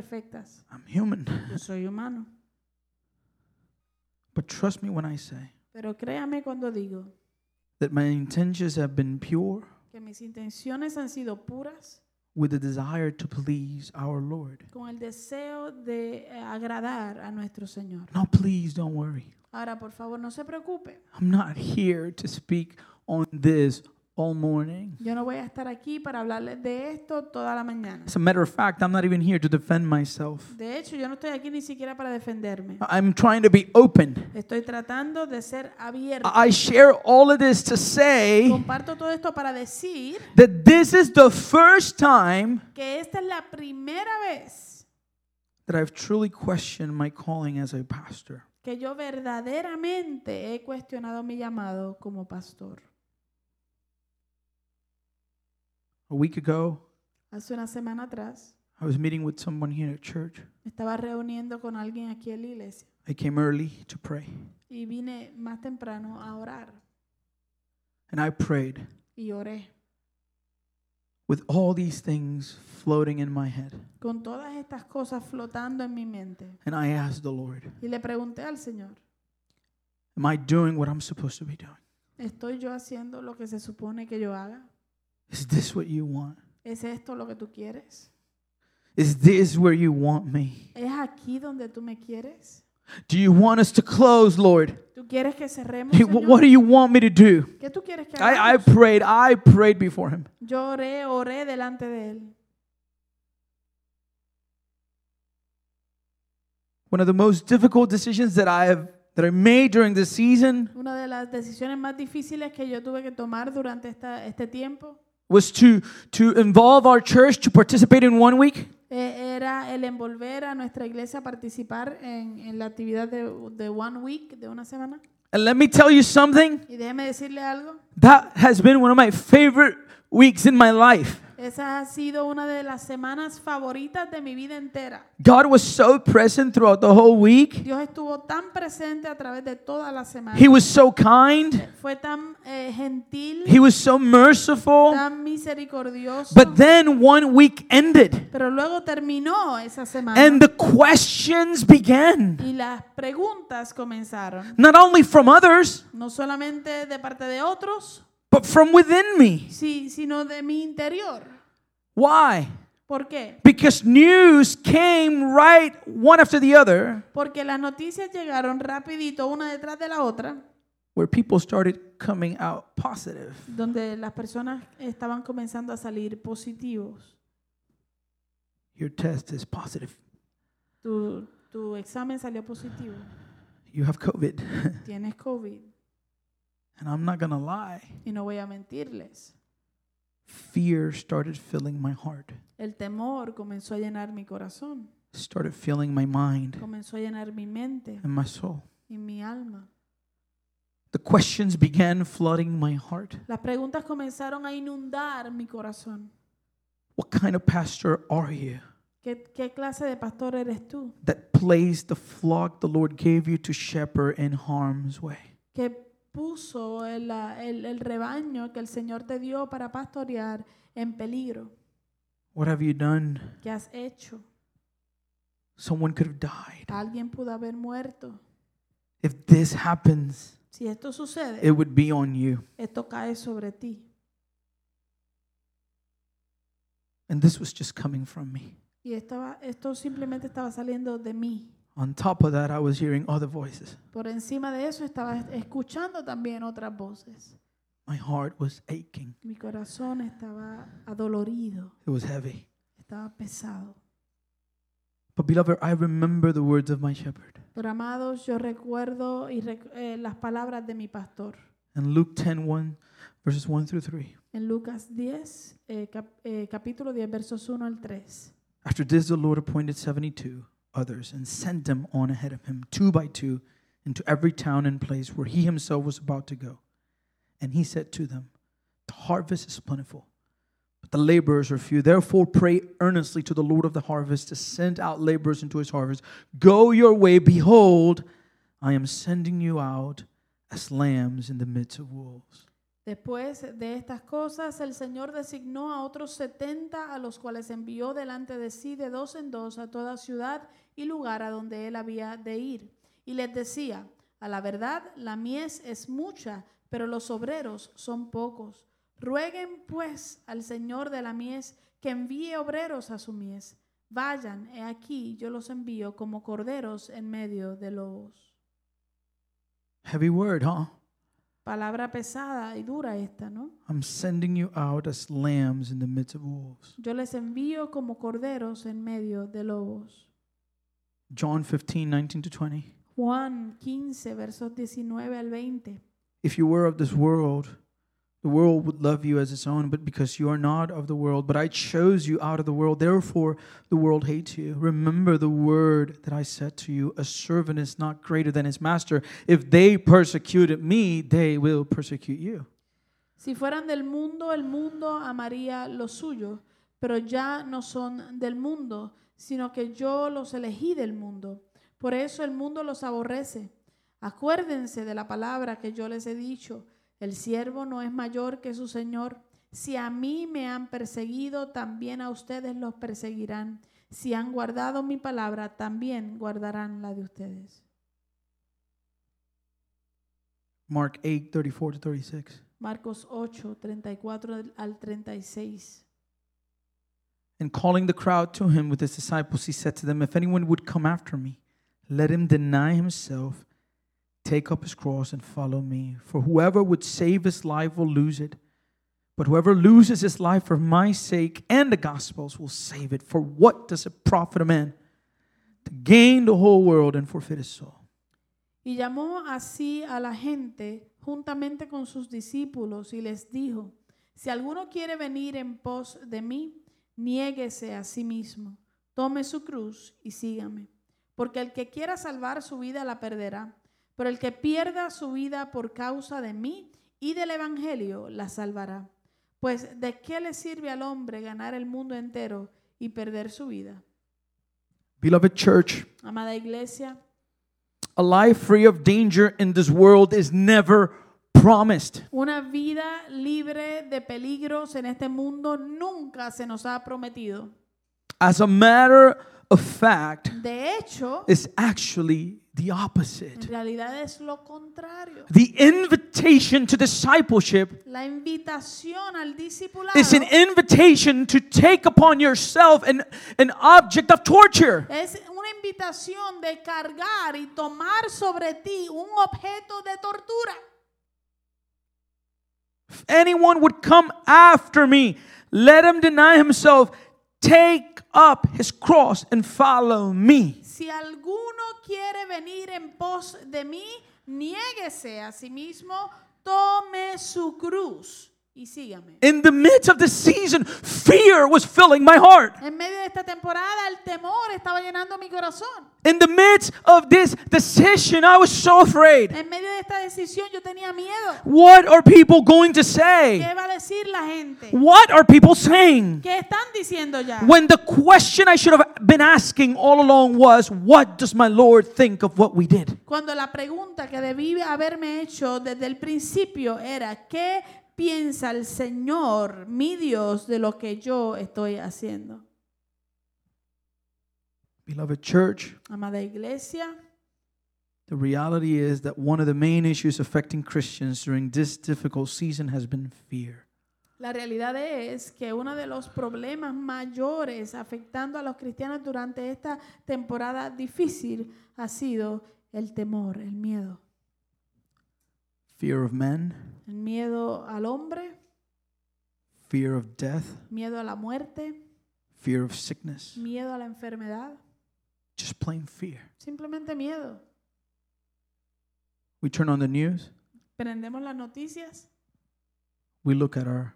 perfectas. I'm human. Yo soy humano. But trust me when I say Pero créame cuando digo that my intentions have been pure que mis intenciones han sido puras with the desire to please our Lord. con el deseo de eh, agradar a nuestro Señor. Now, please don't worry. Ahora, por favor, no se preocupe. I'm not here to speak on this all morning. Yo no voy a estar aquí para hablarles de esto toda la mañana. As a matter of fact, I'm not even here to defend myself. De hecho, yo no estoy aquí ni siquiera para defenderme. I'm trying to be open. Estoy tratando de ser abierto. I share all of this to say Comparto todo esto para decir that this is the first time que esta es la primera vez that I've truly questioned my calling as a pastor. que yo verdaderamente he cuestionado mi llamado como pastor. A week ago, Hace una semana atrás I was meeting with someone here at church. me estaba reuniendo con alguien aquí en la iglesia I came early to pray, y vine más temprano a orar and I prayed y oré with all these things floating in my head. con todas estas cosas flotando en mi mente. And I asked the Lord, Y le pregunté al Señor, Am I doing what I'm supposed to be doing? ¿estoy yo haciendo lo que se supone que yo haga? Is this what you want? ¿Es esto lo que tú quieres? Is this where you want me? ¿Es aquí donde tú me quieres? Do you want us to close, Lord? ¿Tú quieres que cerremos? Hey, wh- What do Señor? you want me to do? ¿Qué tú quieres que I, I hagamos? prayed, I prayed before him. Yo oré, oré delante de Él. One of the most difficult decisions that I have that I made during this season Una de las decisiones más difíciles que yo tuve que tomar durante esta, este tiempo was to to involve our church to participate in one week eh, era el envolver a nuestra iglesia a participar en, en la actividad de, de One Week, de una semana. And let me tell you something Y déjeme decirle algo, that has been one of my favorite weeks in my life. esa ha sido una de las semanas favoritas de mi vida entera. God was so present throughout the whole week. Dios estuvo tan presente a través de toda la semana. He was so kind. Fue tan eh, gentil, He was so merciful. tan misericordioso. But then one week ended Pero luego terminó esa semana and the questions began. y las preguntas comenzaron, Not only from others, no solamente de parte de otros, but from within me. sí, sino de mi interior. Why? ¿Por qué? Because news came right one after the other Porque las noticias llegaron rapidito una detrás de la otra, where people started coming out positive. donde las personas estaban comenzando a salir positivos. Your test is positive. Tu, tu examen salió positivo, You have COVID. tienes COVID And I'm not going to lie, y no voy a mentirles. fear started filling my heart, El temor comenzó a llenar mi corazón, started filling my mind comenzó a llenar mi mente and my soul. y mi alma. The questions began flooding my heart. Las preguntas comenzaron a inundar mi corazón. What kind of pastor are you ¿Qué, qué clase de pastor eres tú? that placed the flock the Lord gave you to shepherd in harm's way? Que puso el, ah, el- el rebaño que el Señor te dio para pastorear en peligro. What have you done? ¿Qué has hecho? Someone could have died. Alguien pudo haber muerto. If this happens, Si esto it sucede, would be on you. esto cae sobre ti. And this was just coming from me. Y estaba, esto simplemente estaba saliendo de mí. On top of that, I was hearing other voices. Por encima de eso estaba es- escuchando también otras voces. My heart was aching, Mi corazón estaba adolorido, it was heavy. estaba pesado. But, beloved, I remember the words of my shepherd. Pero amados, yo recuerdo y rec- eh, las palabras de mi pastor. And Luke 10 1, verses 1 through 3. En Lucas 10, eh, cap- eh, capítulo 10, versos 1 al 3. After this, the Lord appointed 72 others and sent them on ahead of him, two by two, into every town and place where he himself was about to go. And he said to them, The harvest is plentiful, but the laborers are few. Therefore, pray earnestly to the Lord of the harvest to send out laborers into his harvest. Go your way. Behold, I am sending you out as lambs in the midst of wolves. Después de estas cosas, el Señor designó a otros setenta, a los cuales envió delante de sí de dos en dos a toda ciudad y lugar a donde él había de ir. Y les decía, a la verdad, la mies es mucha, pero los obreros son pocos. Rueguen pues al Señor de la mies que envíe obreros a su mies. Vayan, he aquí, yo los envío como corderos en medio de lobos. Heavy word, huh? Palabra pesada y dura esta, ¿no? I'm sending you out as lambs in the midst of wolves. Yo les envío como corderos en medio de lobos. John 15, 19 to 20. Juan 15, versos 19 al 20. If you were of this world, the world would love you as its own, but because you are not of the world, but I chose you out of the world, therefore the world hates you. Remember the word that I said to you A servant is not greater than his master. If they persecuted me, they will persecute you. Si fueran del mundo, el mundo amaría lo suyo, pero ya no son del mundo, sino que yo los elegí del mundo. Por eso el mundo los aborrece. Acuérdense de la palabra que yo les he dicho, el siervo no es mayor que su señor. Si a mí me han perseguido, también a ustedes los perseguirán. Si han guardado mi palabra, también guardarán la de ustedes. Mark 8, 34 to 36. Marcos 8, 34 al 36. And calling the crowd to him with his disciples, he said to them, If anyone would come after me, let him deny himself, take up his cross, and follow me. For whoever would save his life will lose it. But whoever loses his life for my sake and the gospel's will save it. For what does it profit a man to gain the whole world and forfeit his soul? Y llamó así a la gente juntamente con sus discípulos y les dijo, si alguno quiere venir en pos de mí, niéguese a sí mismo, tome su cruz y sígame. Porque el que quiera salvar su vida la perderá, pero el que pierda su vida por causa de mí y del Evangelio la salvará. Pues ¿de qué le sirve al hombre ganar el mundo entero y perder su vida? Beloved church, Amada iglesia, a life free of danger in this world is never promised. una vida libre de peligros en este mundo nunca se nos ha prometido. As a matter of fact, De hecho, it's actually en the opposite. realidad es lo contrario. The invitation to discipleship La invitación al discipulado is an invitation to take upon yourself an, an object of torture. es una invitación de cargar y tomar sobre ti un objeto de tortura. If anyone would come after me, let him deny himself, take up his cross, and follow me. Si alguno quiere venir en pos de mí, niéguese a sí mismo, tome su cruz y sígame. In the midst of this season, fear was filling my heart. En medio de esta temporada el temor estaba llenando mi corazón. In the midst of this decision, I was so afraid. En medio de esta decisión yo tenía miedo. What are people going to say? ¿Qué va a decir la gente? What are people saying? ¿Qué están diciendo ya? When the question I should have been asking all along was, What does my Lord think of what we did? Cuando la pregunta que debí haberme hecho desde el principio era, ¿qué piensa el Señor, mi Dios, de lo que yo estoy haciendo? Beloved church, Amada iglesia, the reality is that one of the main issues affecting Christians during this difficult season has been fear. la realidad es que uno de los problemas mayores afectando a los cristianos durante esta temporada difícil ha sido el temor, el miedo. Fear of men, El miedo al hombre, fear of death, miedo a la muerte, fear of sickness, miedo a la enfermedad, just plain fear. simplemente miedo. We turn on the news, Prendemos las noticias. we look at our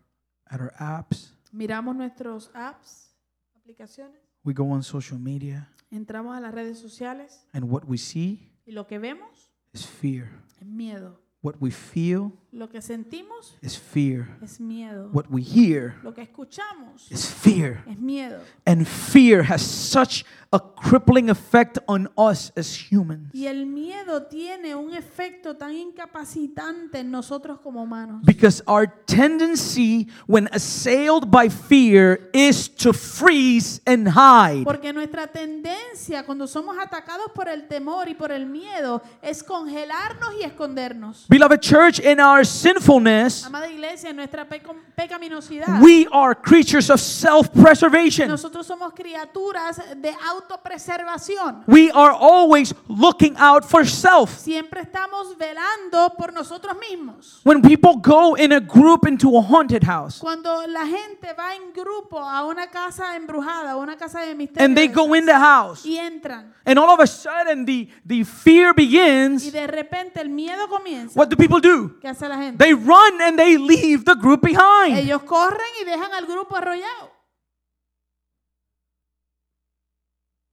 at our apps, Miramos nuestros apps, aplicaciones, we go on social media, entramos a las redes sociales and what we see y lo que vemos is fear. es miedo. What we feel Lo que sentimos is fear. es miedo. What we hear Lo que escuchamos is fear. es miedo. And fear has such a crippling effect on us as humans Y el miedo tiene un efecto tan incapacitante en nosotros como humanos. because our tendency when assailed by fear is to freeze and hide. Porque nuestra tendencia cuando somos atacados por el temor y por el miedo es congelarnos y escondernos. Beloved church, in our sinfulness, Amada iglesia, en nuestra peco- pecaminosidad, we are creatures of self preservation. nosotros somos criaturas de autopreservación. We are always looking out for self. Siempre estamos velando por nosotros mismos. When people go in a group into a haunted house Cuando la gente va en grupo a una casa embrujada, a una casa de misterio, and they go in the house, y entran, and all of a sudden the, the fear y begins, de repente el miedo comienza, what do people do? ¿qué hace la gente? They run and they leave the group behind. Ellos corren y dejan al grupo arrollado.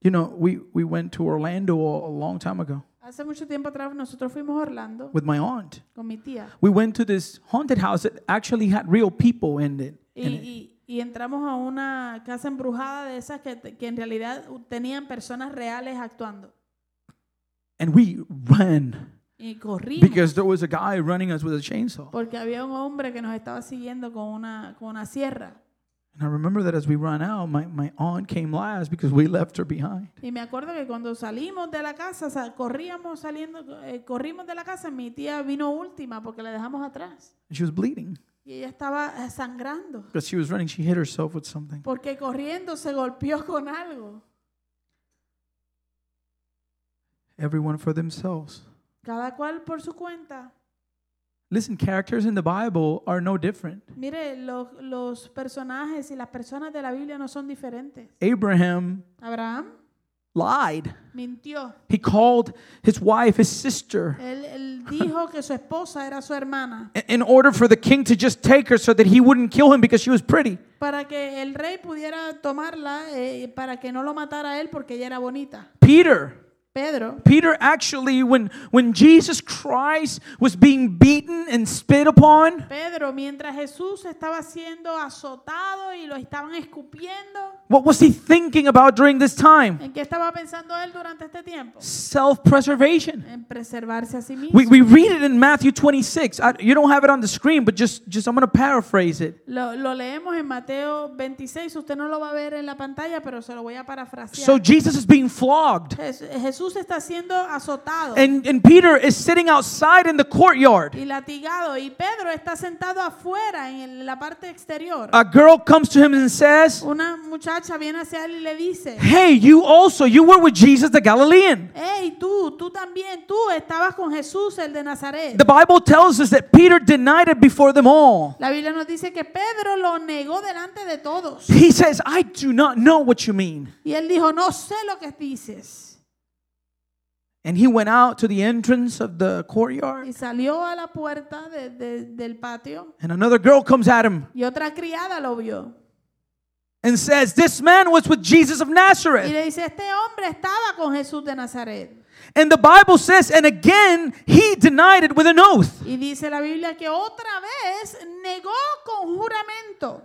You know, we, we went to Orlando a, a long time ago Hace mucho tiempo atrás nosotros fuimos a Orlando with my aunt. con mi tía We went to this haunted house that actually had real people in it. y, in it. y- y entramos a una casa embrujada de esas que, te- que en realidad tenían personas reales actuando. And we ran Y corrimos because there was a guy running us with a chainsaw. porque había un hombre que nos estaba siguiendo con una, con una sierra. And I remember that as we ran out, my, my aunt came last because we left her behind. Y me acuerdo que cuando salimos de la casa, sa- corríamos saliendo, eh, corrimos de la casa, mi tía vino última porque la dejamos atrás. And she was bleeding Y ella estaba eh, sangrando because she was running. She hit herself with something. porque corriendo se golpeó con algo. Everyone for themselves. Cada cual por su cuenta. Listen, characters in the Bible are no different. Mire, los, los personajes y las personas de la Biblia no son diferentes. Abraham Abraham lied. mintió. He called his wife his sister Él, él dijo que su esposa era su hermana i- in order for the king to just take her so that he wouldn't kill him because she was pretty. para que el rey pudiera tomarla, eh, para que no lo matara él porque ella era bonita. Peter. Pedro, Peter actually, when, when Jesus Christ was being beaten and spit upon, Pedro, mientras Jesús estaba siendo azotado y lo estaban escupiendo, what was he thinking about during this time? ¿en qué estaba pensando él durante este tiempo? Self preservation. En preservarse a sí mismo. We, we read it in Matthew 26. I, you don't have it on the screen, but just, just I'm going to paraphrase it. Lo, lo leemos en Mateo 26, usted no lo va a ver en la pantalla, pero se lo voy a parafrasear. So Jesus is being flogged, Jes- Jesús está siendo azotado and, and Peter is sitting outside in the courtyard. y latigado y Pedro está sentado afuera en el- la parte exterior. A girl comes to him and says, Una muchacha viene hacia él y le dice, Hey, you also, you were with Jesus the Galilean. hey tú, tú también, tú estabas con Jesús el de Nazaret. The Bible tells us that Peter denied it before them all. La Biblia nos dice que Pedro lo negó delante de todos He says, I do not know what you mean. y él dijo, no sé lo que dices. And he went out to the entrance of Y the courtyard, salió a la puerta de- de- del patio and another girl comes at him y otra criada lo vio. and says, This man was with Jesus of Y Nazareth. le dice, este hombre estaba con Jesús de Nazaret. And the Bible says, and again, he denied it with an oath. Y dice la Biblia que otra vez negó con juramento.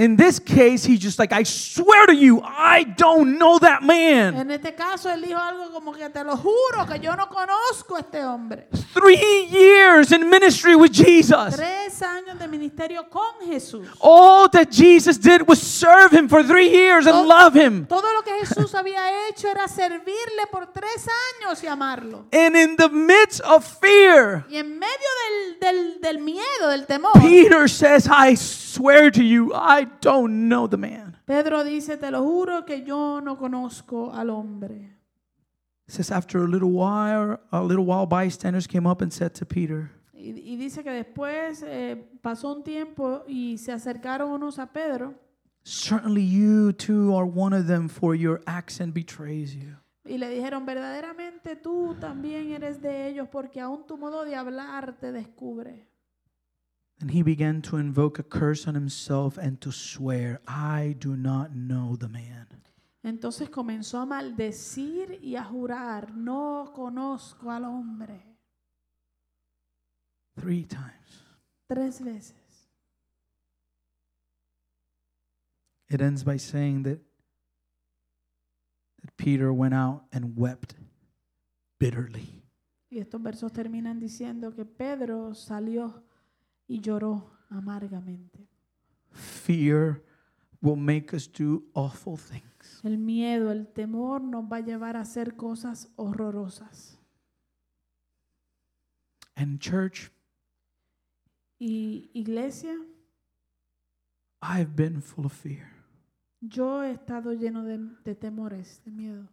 In this case, he's just like, I swear to you, I don't know that man. En este caso, él dijo algo como que te lo juro que yo no conozco a este hombre. Three years in ministry with Jesus. Tres años de ministerio con Jesús. All that Jesus did was serve him for three years and love him. Todo lo que Jesús había hecho era servirle por tres años y amarlo. And in the midst of fear, Y en medio del, del, del miedo, del temor, Peter says, I swear to you, I don't know the man. Pedro dice, te lo juro que yo no conozco al hombre. It says, after a little while, a little while, bystanders came up and said to Peter, Y, y dice que después eh, pasó un tiempo y se acercaron unos a Pedro Certainly you too are one of them, for your accent betrays you. y le dijeron, verdaderamente tú también eres de ellos porque aún tu modo de hablar te descubre. And he began to invoke a curse on himself and to swear, I do not know the man. Entonces comenzó a maldecir y a jurar, no conozco al hombre. Three times. Tres veces. It ends by saying that, that Peter went out and wept bitterly. Y estos versos terminan diciendo que Pedro salió y lloró amargamente. Fear will make us do awful things. El miedo, el temor nos va a llevar a hacer cosas horrorosas. And, church, Y iglesia, I've been full of fear. yo he estado lleno de, de temores, de miedo.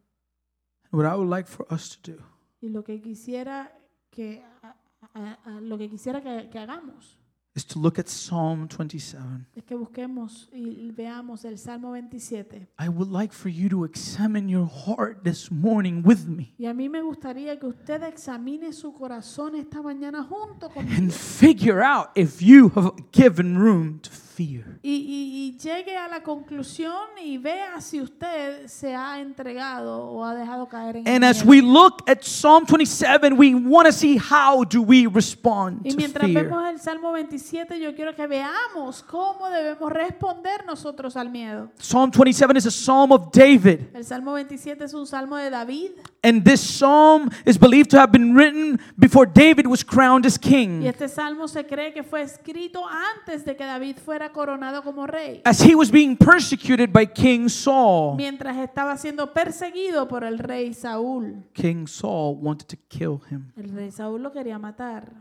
What I would like for us to do Y lo que quisiera que, a- a- a- lo que, quisiera que, que hagamos is to look at Psalm 27. es que busquemos y veamos el Salmo 27. I would like for you to examine your heart this morning with me Y a mí me gustaría que usted examine su corazón esta mañana junto conmigo. and figure out if you have given room to fear. Y, y- y llegue a la conclusión y vea si usted se ha entregado o ha dejado caer en el And as miedo. we look at Psalm 27, we want to see how do we respond Y to mientras fear. vemos el Salmo 27, yo quiero que veamos cómo debemos responder nosotros al miedo. Psalm 27 is a psalm of David, El Salmo 27 es un salmo de David and this psalm is believed to have been written before David was crowned as y king. este salmo se cree que fue escrito antes de que David fuera coronado como rey, As he was being persecuted by King Saul, mientras estaba siendo perseguido por el rey Saúl. King Saul wanted to kill him. El rey Saúl lo quería matar.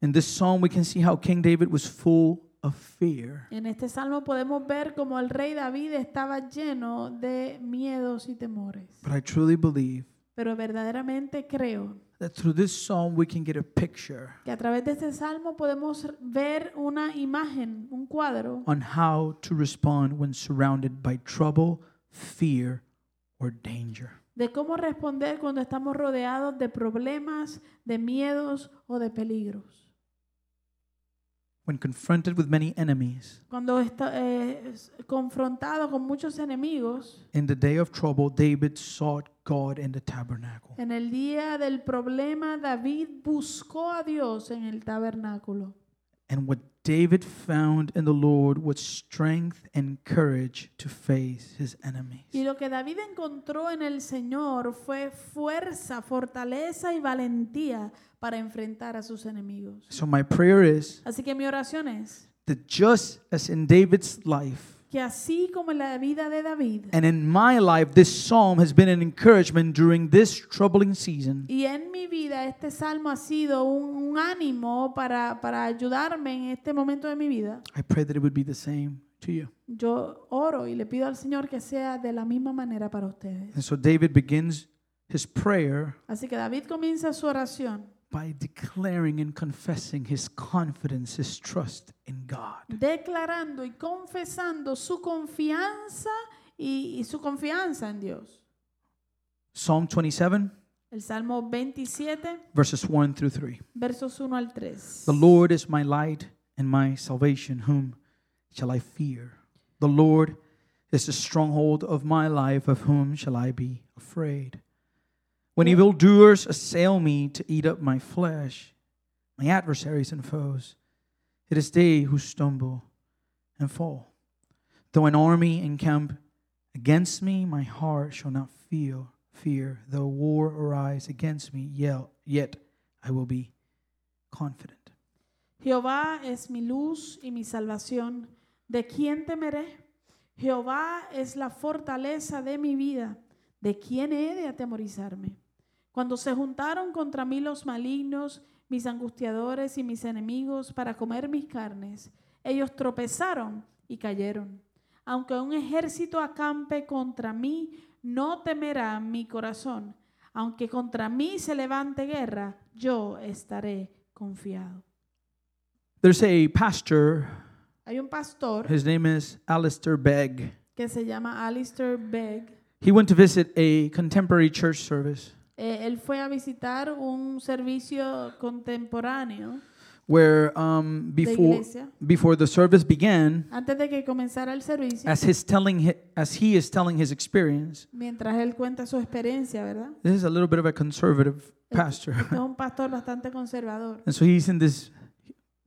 In this psalm, we can see how King David was full of fear. En este salmo podemos ver cómo el rey David estaba lleno de miedos y temores. But I truly believe Pero verdaderamente creo that through this psalm, we can get a picture que a través de este salmo podemos ver una imagen, un cuadro on how to respond when surrounded by trouble, fear, or danger. de cómo responder cuando estamos rodeados de problemas, de miedos o de peligros. When confronted with many enemies, Cuando está eh, es- confrontado con muchos enemigos, in the day of trouble, David sought God in the tabernacle. en el día del problema David buscó a Dios en el tabernáculo. And what David found in the Lord was strength and courage to face his enemies. Y lo que David encontró en el Señor fue fuerza, fortaleza y valentía para enfrentar a sus enemigos. So, my prayer is Así que mi oración es that just as in David's life, que así como en la vida de David and in my life, this psalm has been an encouragement during this troubling season. y en mi vida este salmo ha sido un, un ánimo para, para ayudarme en este momento de mi vida, I pray that it would be the same to you. yo oro y le pido al Señor que sea de la misma manera para ustedes. And so David begins his prayer Así que David comienza su oración by declaring and confessing his confidence, his trust in God. declarando y confesando su confianza y- y su confianza en Dios. Psalm 27, El Salmo 27, verses 1 through 3. versos 1 al 3. The Lord is my light and my salvation. Whom shall I fear? The Lord is the stronghold of my life. Of whom shall I be afraid? When evildoers assail me to eat up my flesh, my adversaries and foes, it is they who stumble and fall. Though an army encamp against me, my heart shall not feel fear. Though war arise against me, yea, yet I will be confident. Jehová es mi luz y mi salvación. ¿De quién temeré? Jehová es la fortaleza de mi vida. ¿De quién he de atemorizarme? Cuando se juntaron contra mí los malignos, mis angustiadores y mis enemigos para comer mis carnes, ellos tropezaron y cayeron. Aunque un ejército acampe contra mí, no temerá mi corazón. Aunque contra mí se levante guerra, yo estaré confiado. There's a pastor, Hay un pastor his name is Alistair Begg. que se llama Alistair Begg. He went to visit a contemporary church service Eh, él fue a visitar un servicio contemporáneo where um, de before iglesia. before the service began, Antes de que comenzara el servicio, as his telling hi- as he is telling his experience, mientras él cuenta su experiencia, ¿verdad? this is a little bit of a conservative pastor, Este es un pastor bastante conservador. and so he's in this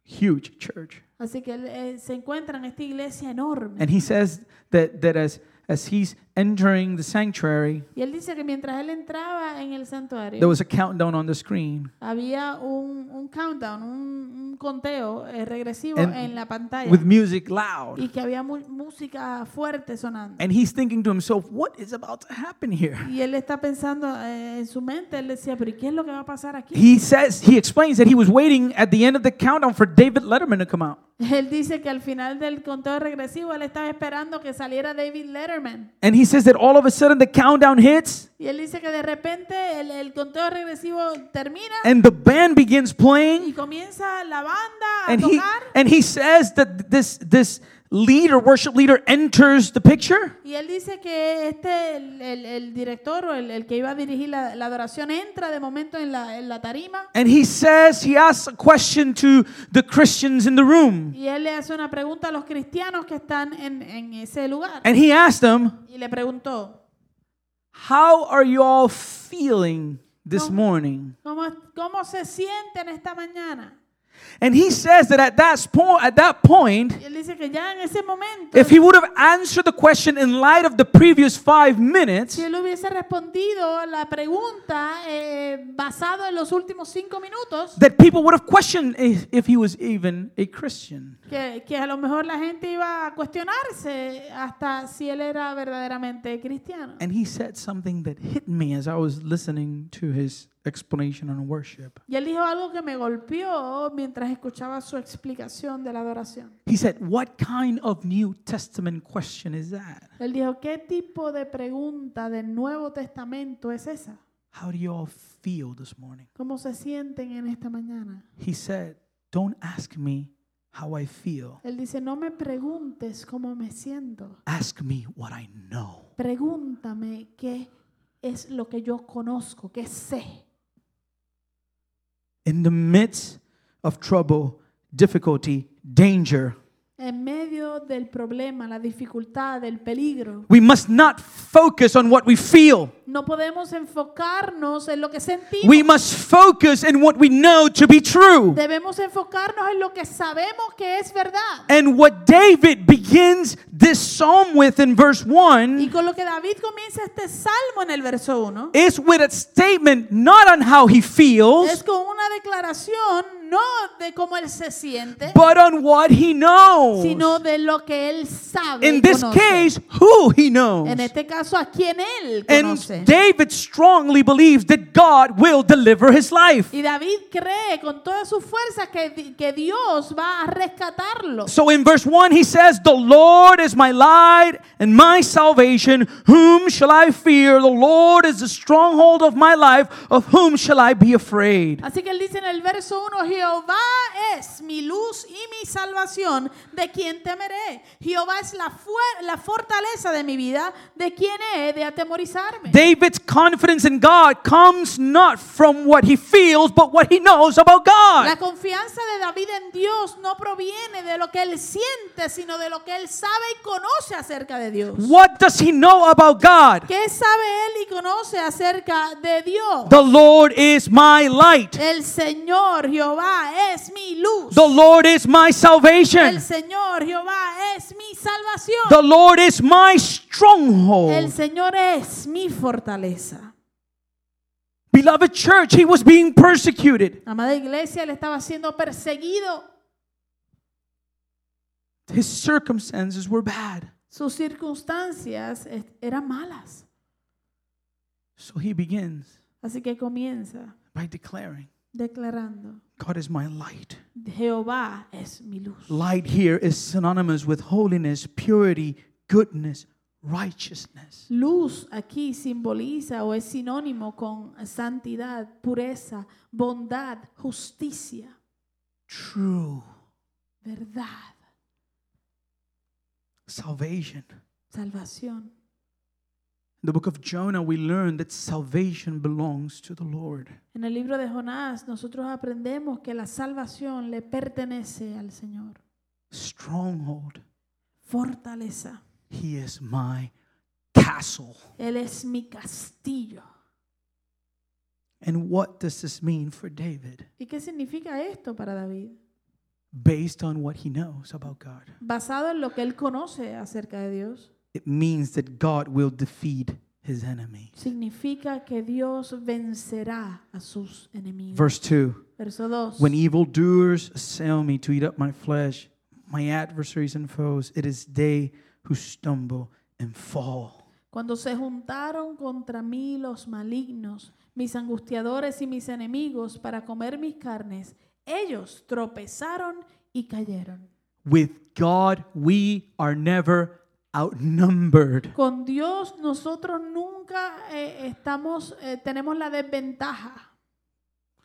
huge church, Así que él eh, se encuentra en esta iglesia enorme. and he says that that as as he's entering the sanctuary, Y él dice que mientras él entraba en el there santuario, was a countdown on the screen. había un, un countdown, un, un conteo eh, regresivo And en la pantalla with music loud. y que había mu- música fuerte sonando. And he's thinking to himself, what is about to happen here? Y él está pensando eh, en su mente, él decía, pero ¿y qué es lo que va a pasar aquí? He says, he explains that he was waiting at the end of the countdown for David Letterman to come out. Él dice que al final del conteo regresivo él estaba esperando que saliera David Letterman. And he says that all of a sudden the countdown hits Y él dice que de repente el, el conteo regresivo termina and the band begins playing. y comienza la banda a And he, tocar. and he says that this, this leader, worship leader, enters the picture. Y él dice que este, el, el- el director o el, el que iba a dirigir la, la adoración entra de momento en la, en la tarima And he says, he asks a question to the Christians in the room. y él le hace una pregunta a los cristianos que están en, en ese lugar. And he asked them, Y le preguntó, How are you all feeling this morning? ¿cómo, cómo se sienten esta mañana? And he says that at that point, at that point, Y él dice que ya en ese momento, if he would have answered the question in light of the previous five minutes, si él hubiese respondido la pregunta eh, basado en los últimos cinco minutos, that people would have questioned if, if he was even a Christian. que, que a lo mejor la gente iba a cuestionarse hasta si él era verdaderamente cristiano. And he said something that hit me as I was listening to his explanation on worship. Y él dijo algo que me golpeó mientras escuchaba su explicación de la adoración. He said, What kind of New Testament question is that? Él dijo, ¿qué tipo de pregunta del Nuevo Testamento es esa? How do you all feel this morning? ¿Cómo se sienten en esta mañana? He said, Don't ask me how I feel. Él dice, no me preguntes cómo me siento. Ask me what I know. Pregúntame qué es lo que yo conozco, qué sé. In the midst of trouble, difficulty, danger, En medio del problema, la dificultad, el peligro, we must not focus on what we feel. no podemos enfocarnos en lo que sentimos. We must focus in what we know to be true. Debemos enfocarnos en lo que sabemos que es verdad. And what David begins this psalm with in verse Y 1 con lo que David comienza este salmo en el verso 1 is with a statement not on how he es feels, con una declaración no de cómo él se siente, but on what he sino knows. de lo que él sabe. y In this conoce. case, who he knows. en este caso, a quien él conoce. And David strongly believes that God will deliver his life. y David cree con todas sus fuerzas que, di- que Dios va a rescatarlo. So in verse 1, he says, The Lord is my light and my salvation. Whom shall I fear? The Lord is the stronghold of my life. Of whom shall I be afraid? Así que él dice en el verso 1, Jehová es mi luz y mi salvación, ¿de quién temeré? Jehová es la, fuer- la fortaleza de mi vida, ¿de quién he de atemorizarme? David's confidence in God comes not from what he feels, but what he knows about God. La confianza de David en Dios no proviene de lo que él siente, sino de lo que él sabe y conoce acerca de Dios. What does he know about God? ¿Qué sabe él y conoce acerca de Dios? The Lord is my light. El Señor Jehová es mi luz. The Lord is my salvation. El Señor Jehová es mi salvación. The Lord is my El stronghold. Señor es mi fortaleza. Beloved church, he was being persecuted. Amada iglesia, él estaba siendo perseguido. His circumstances were bad. Sus circunstancias eh, eran malas. So he begins Así que comienza by declaring, declarando, God is my light. Jehová es mi luz. Light here is synonymous with holiness, purity, goodness, righteousness. Luz aquí simboliza o es sinónimo con santidad, pureza, bondad, justicia, True verdad, salvation. salvación. In the book of Jonah, we learn that salvation belongs to the Lord. En el libro de Jonás nosotros aprendemos que la salvación le pertenece al Señor. Stronghold. Fortaleza. He is my castle. Él es mi castillo. And what does this mean for David? ¿Y qué significa esto para David? Based on what he knows about God. Basado en lo que él conoce acerca de Dios. it means that God will defeat his enemy. significa que Dios vencerá a sus enemigos. Verse 2 Verso 2. When evildoers assail me to eat up my flesh, my adversaries and foes, it is they who stumble and fall. Cuando se juntaron contra mí los malignos, mis angustiadores y mis enemigos para comer mis carnes, ellos tropezaron y cayeron. With God, we are never outnumbered. Con Dios nosotros nunca eh, estamos eh, tenemos la desventaja.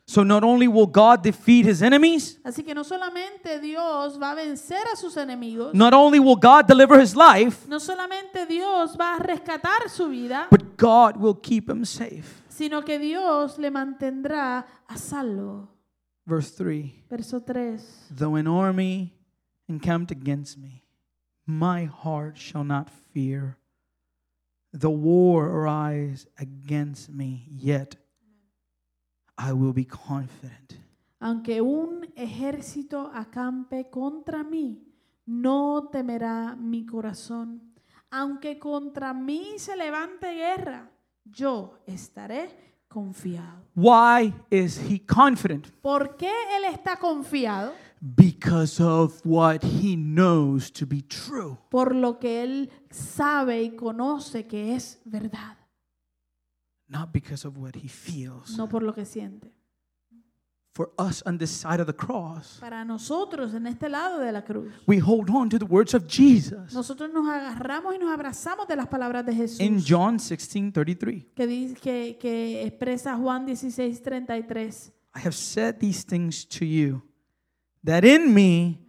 So not only will God defeat his enemies, Así que no solamente Dios va a vencer a sus enemigos, not only will God deliver his life, no solamente Dios va a rescatar su vida, but God will keep him safe. sino que Dios le mantendrá a salvo. Verse 3 Verso 3. Though an army encamped against me, my heart shall not fear. The war arise against me, yet I will be confident. Aunque un ejército acampe contra mí, no temerá mi corazón. Aunque contra mí se levante guerra, yo estaré confiado. Why is he confident? ¿Por qué él está confiado? Because of what he knows to be true. Por lo que él sabe y conoce que es verdad, Not because of what he feels. no por lo que siente. For us on this side of the cross, Para nosotros, en este lado de la cruz, we hold on to the words of Jesus. nosotros nos agarramos y nos abrazamos de las palabras de Jesús. In John 16 33, que, dice, que, que expresa Juan 16, 33. I have said these things to you, that in me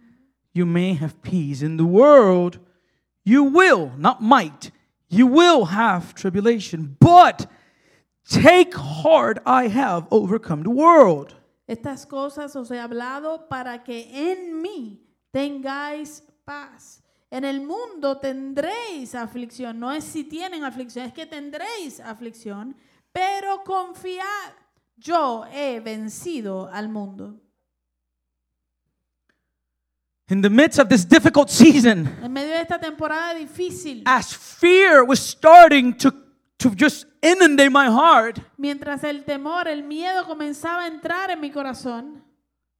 you may have peace. In the world you will, not might, you will have tribulation. But take heart, I have overcome the world. Estas cosas os he hablado para que en mí tengáis paz. En el mundo tendréis aflicción. No es si tienen aflicción, es que tendréis aflicción. Pero confiad, yo he vencido al mundo. In the midst of this difficult season, En medio de esta temporada difícil, as fear was starting to, to just inundate my heart, mientras el temor, el miedo comenzaba a entrar en mi corazón,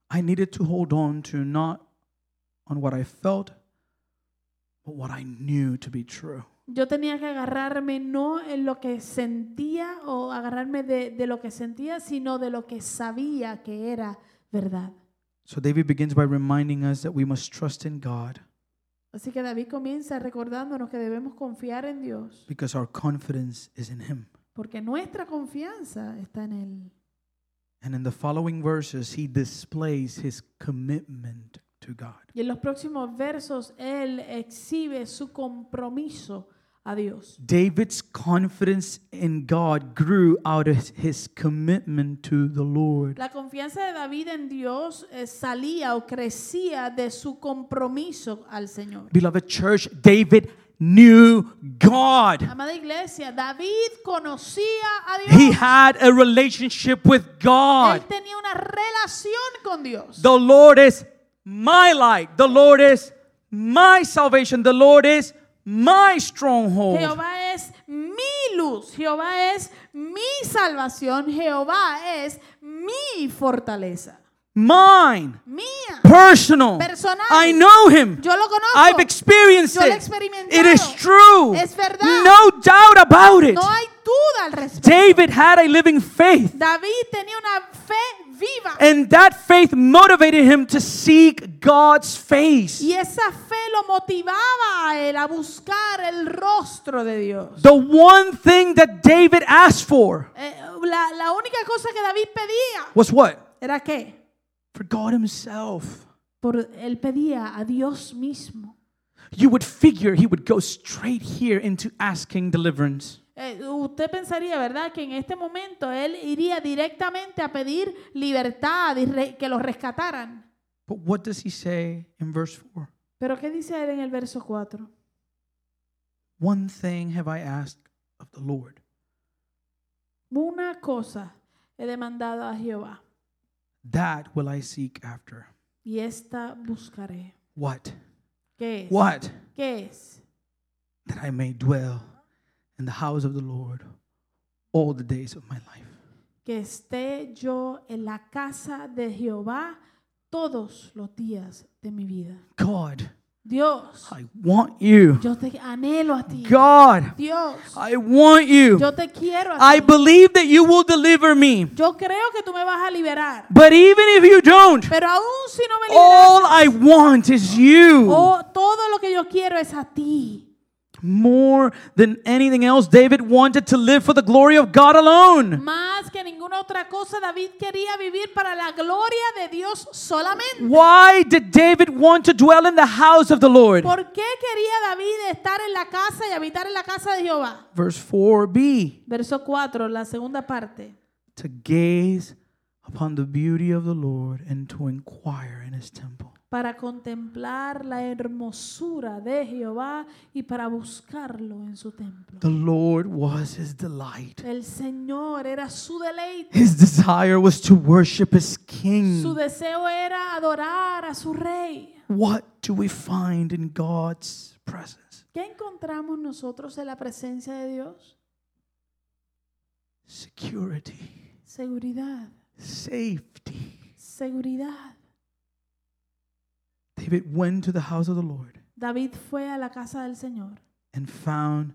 I needed to hold on to not on what I felt, but what I knew to be true. Yo tenía que agarrarme no en lo que sentía o agarrarme de, de lo que sentía, sino de lo que sabía que era verdad. So David begins by reminding us that we must trust in God Así que David comienza recordándonos que debemos confiar en Dios, because our confidence is in him. porque nuestra confianza está en Él. And in the following verses, he displays his commitment to God. Y en los próximos versos Él exhibe su compromiso a Dios. David's confidence in God grew out of his commitment to the Lord. La confianza de David en Dios eh, salía o crecía de su compromiso al Señor. Beloved church, David knew God. Amada iglesia, David conocía a Dios. He had a relationship with God. Él tenía una relación con Dios. The Lord is my light. The Lord is my salvation. The Lord is my stronghold. Jehová es mi luz, Jehová es mi salvación, Jehová es mi fortaleza, Mine. mía. Personal. Personal. I know him. Yo lo conozco. I've experienced Yo lo he it. It is experimentado. true. Es verdad. No doubt about it. No hay duda al respecto. David had a living faith, David tenía una fe viva and that faith motivated him to seek God's face. y esa fe lo motivaba a él a buscar el rostro de Dios. The one thing that David asked for Eh, la, la única cosa que David pedía was what? era qué? For God Himself. Por, él pedía a Dios mismo. You would figure he would go straight here into asking deliverance. Eh, usted pensaría, ¿verdad?, que en este momento él iría directamente a pedir libertad y re- que los rescataran. But what does he say in verse 4? Pero ¿qué dice él en el verso 4? One thing have I asked of the Lord. Una cosa he demandado a Jehová That will I seek after. y esta buscaré. What? ¿Qué es? What? ¿Qué es? that I may dwell in the house of the Lord all the days of my life. que esté yo en la casa de Jehová todos los días de mi vida. God, Dios, I want you. yo te anhelo a ti. God, Dios, I want you. yo te quiero a I ti. believe that you will deliver me. Yo creo que tú me vas a liberar. But even if you don't, Pero aún si no me liberas, all I want is you. oh, todo lo que yo quiero es a ti. More than anything else, David wanted to live for the glory of God alone. Más que ninguna otra cosa, David quería vivir para la gloria de Dios solamente. Why did David want to dwell in the house of the Lord? ¿Por qué quería David estar en la casa y habitar en la casa de Jehová? Verse 4b Verso 4, la segunda parte. to gaze upon the beauty of the Lord and to inquire in his temple. para contemplar la hermosura de Jehová y para buscarlo en su templo. The Lord was his delight. El Señor era su deleite, His desire was to worship his su king. deseo era adorar a su rey. What do we find in God's presence? ¿Qué encontramos nosotros en la presencia de Dios? Security, Seguridad, safety. seguridad. David went to the house of the Lord David fue a la casa del Señor and found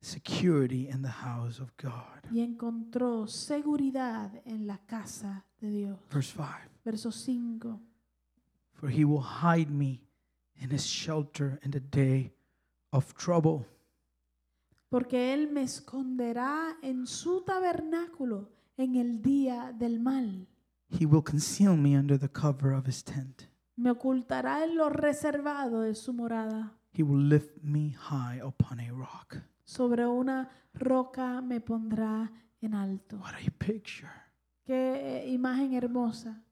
security in the house of God. y encontró seguridad en la casa de Dios. Verse 5. Verso 5. For he will hide me in his shelter in the day of trouble. porque él me esconderá en su tabernáculo en el día del mal. He will conceal me under the cover of his tent. Me ocultará en lo reservado de su morada. He will lift me high upon a rock. Sobre una roca me pondrá en alto. What a picture. Qué eh, imagen hermosa.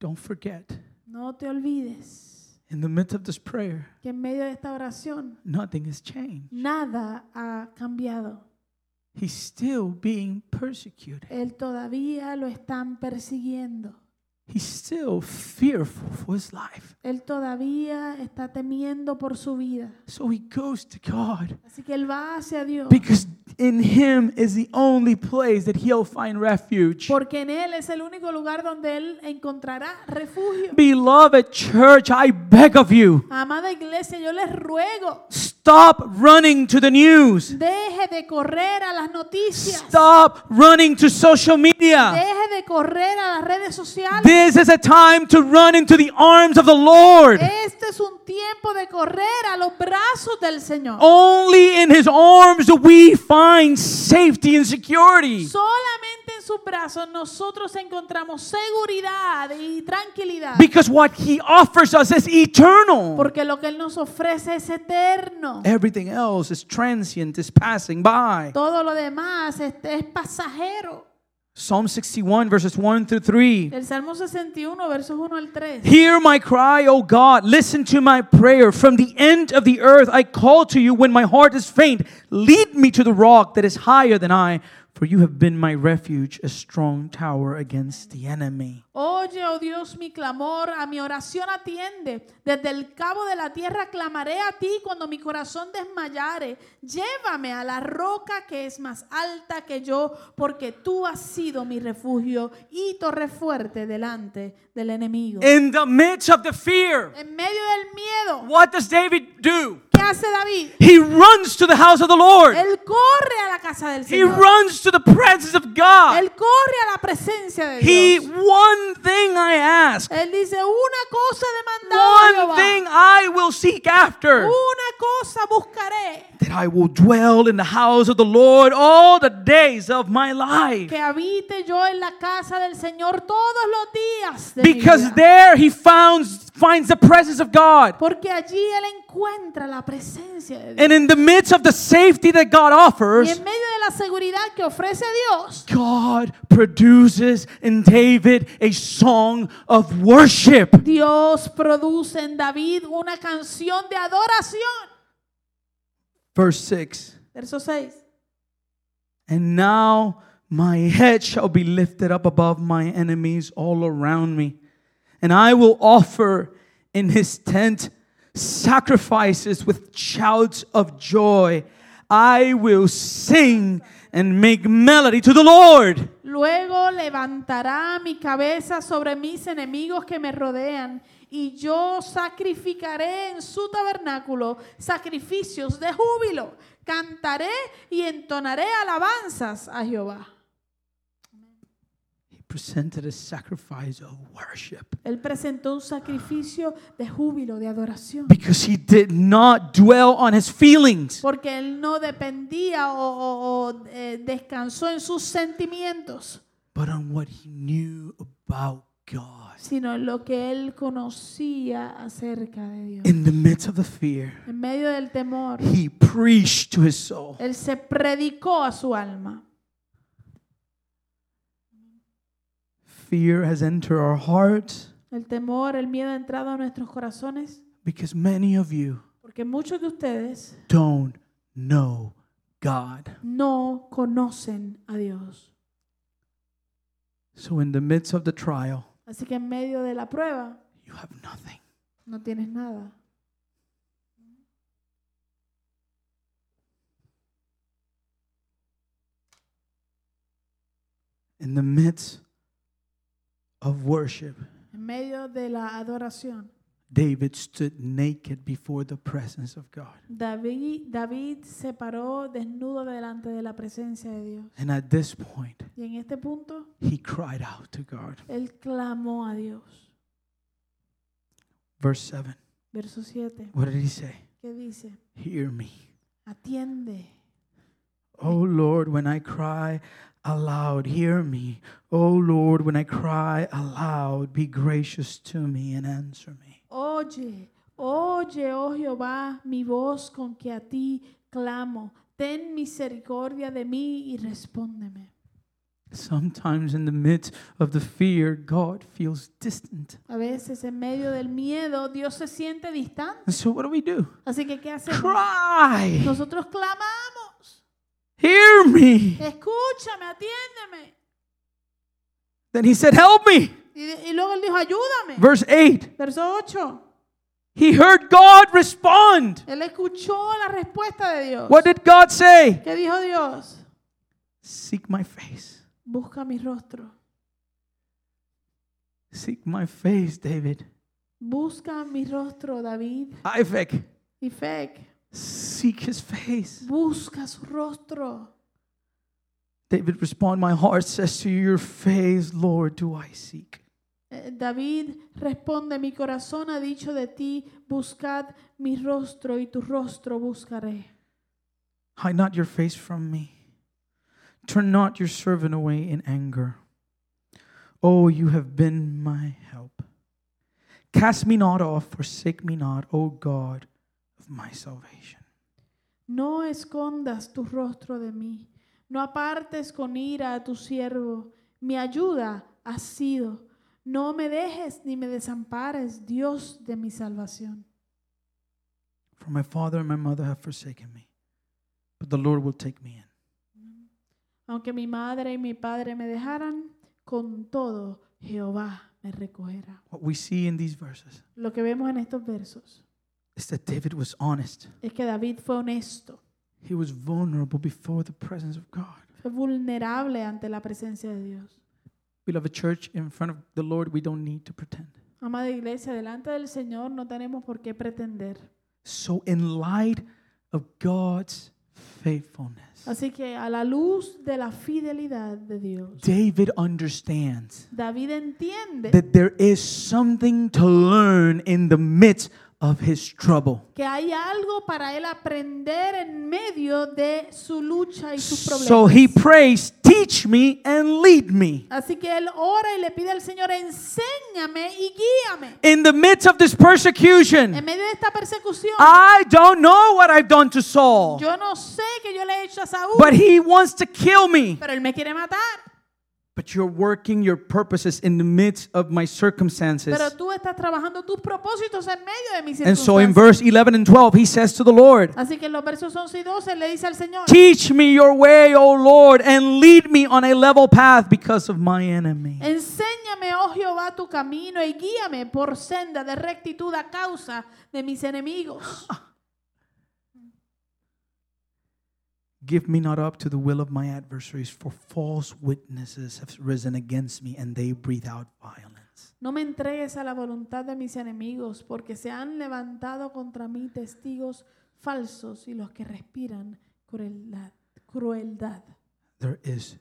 Don't forget, No te olvides in the midst of this prayer, que en medio de esta oración nothing has changed. nada ha cambiado. He's still being persecuted. Él todavía lo están persiguiendo. He's still fearful for his life. Él todavía está temiendo por su vida. So he goes to God Así que él va hacia Dios. because in him is the only place that he'll find refuge. Porque en Él es el único lugar donde Él encontrará refugio. Beloved church, I beg of you, Amada iglesia, yo les ruego, stop running to the news. deje de correr a las noticias. Stop running to social media. Deje de correr a las redes sociales. This is a time to run into the arms of the Lord. Este es un tiempo de correr a los brazos del Señor. Only in His arms do we find safety and security. Solamente en sus brazos nosotros encontramos seguridad y tranquilidad. Because what He offers us is eternal. Porque lo que Él nos ofrece es eterno. Everything else is transient, is passing by. Todo lo demás este, es pasajero. Psalm 61, verses 1 through 3. El Salmo 61, versos 1 al 3. Hear my cry, O God. Listen to my prayer. From the end of the earth, I call to you when my heart is faint. Lead me to the rock that is higher than I, for you have been my refuge, a strong tower against the enemy. Oye, oh Dios, mi clamor, a mi oración atiende. Desde el cabo de la tierra clamaré a ti cuando mi corazón desmayare. Llévame a la roca que es más alta que yo, porque tú has sido mi refugio y torre fuerte delante del enemigo. In the midst of the fear, En medio del miedo, what does David do? ¿qué hace David? He runs to the house of the Lord. Él corre a la casa del He Señor. runs to the presence of God. Él corre a la presencia de He, Dios. one thing I ask, Él dice, una cosa demandada one Jehová, thing I will seek after. una cosa buscaré. that I will dwell in the house of the Lord all the days of my life. que habite yo en la casa del Señor todos los días de mi Because vida. there he founds, finds the presence of God. porque allí él encuentra la presencia de Dios And in the midst of the safety that God y offers, en medio de la seguridad que ofrece Dios God produces in David a song of worship. Dios produce en David una canción de adoración Verse 6 verso 6 And now my head shall be lifted up above my enemies all around me, and I will offer in his tent sacrifices with shouts of joy. I will sing and make melody to the Lord. Luego levantará mi cabeza sobre mis enemigos que me rodean, y yo sacrificaré en su tabernáculo sacrificios de júbilo. Cantaré y entonaré alabanzas a Jehová. He presented a sacrifice of worship Él presentó un sacrificio de júbilo, de adoración, because he did not dwell on his feelings. porque él no dependía o, o- o, eh, descansó en sus sentimientos, but on what he knew about God. sino en lo que él conocía acerca de Dios. In the midst of the fear, En medio del temor, he preached to his soul. él se predicó a su alma. Fear has entered our hearts El temor, el miedo ha entrado a nuestros corazones because many of you porque muchos de ustedes don't know God. no conocen a Dios. So, in the midst of the trial, Así que en medio de la prueba you have nothing. no tienes nada. In the midst of worship, En medio de la adoración, David stood naked before the presence of God. David, David se paró desnudo delante de la presencia de Dios. And at this point, Y en este punto, he cried out to God. él clamó a Dios. Verse 7. Verso 7, What did he say? que dice, Hear me. atiende. O Oh, Lord, when I cry aloud, hear me. O Lord, when I cry aloud, be gracious to me and answer me. Oye, oye, oh Jehová, mi voz con que a ti clamo. Ten misericordia de mí y respóndeme. Sometimes in the midst of the fear, God feels distant. A veces en medio del miedo Dios se siente distante. And so what do we do? Así que ¿qué hacemos? Cry. Nosotros clamamos. Hear me. Escúchame, atiéndeme. Then he said, "Help me." Y, y luego él dijo, ayúdame. Verse 8. Verso 8. He heard God respond. Él escuchó la respuesta de Dios. What did God say? ¿Qué dijo Dios? Seek my face. Busca mi rostro. Seek my face, David. Busca mi rostro, David. Isaac, Y Fec. seek his face. Busca su rostro. David respond, My heart says to you, Your face, Lord, do I seek. Eh, David responde, mi corazón ha dicho de ti, buscad mi rostro y tu rostro buscaré. Hide not your face from me. Turn not your servant away in anger. Oh, you have been my help. Cast me not off, forsake me not, O God of my salvation. No escondas tu rostro de mí, no apartes con ira a tu siervo, mi ayuda has sido. No me dejes ni me desampares, Dios de mi salvación. For my father and my mother have forsaken me, but the Lord will take me in. Aunque mi madre y mi padre me dejaran, con todo Jehová me recogerá. What we see in these verses Lo que vemos en estos versos is that David was honest, es que David fue honesto. he was vulnerable before the presence of God. Fue vulnerable ante la presencia de Dios. Beloved church, in front of the Lord, we don't need to pretend. Amada iglesia, delante del Señor no tenemos por qué pretender. So, in light of God's faithfulness, Así que a la luz de la fidelidad de Dios, David understands David entiende that there is something to learn in the midst of his trouble. que hay algo para él aprender en medio de su lucha y sus So he problemas. prays, Teach me and lead me. Así que él ora y le pide al Señor, enséñame y guíame. In the midst of this En persecution, medio de esta persecución, I don't know what I've done to Saul, yo no sé que yo le he hecho a Saúl, but he wants to kill me. pero él me quiere matar. But you're working your purposes in the midst of my circumstances. Pero tú estás trabajando tus propósitos en medio de mis And so circunstancias. in verse 11 and 12, he says to the Lord, Así que en los versos 11 y 12 le dice al Señor, Teach me your way, O Lord, and lead me on a level path because of my enemy. enséñame, oh Jehová, tu camino y guíame por senda de rectitud a causa de mis enemigos. Give me not up to the will of my adversaries, for false witnesses have risen against me, and they breathe out violence. No me entregues a la voluntad de mis enemigos, porque se han levantado contra mí testigos falsos y los que respiran crueldad. crueldad. There is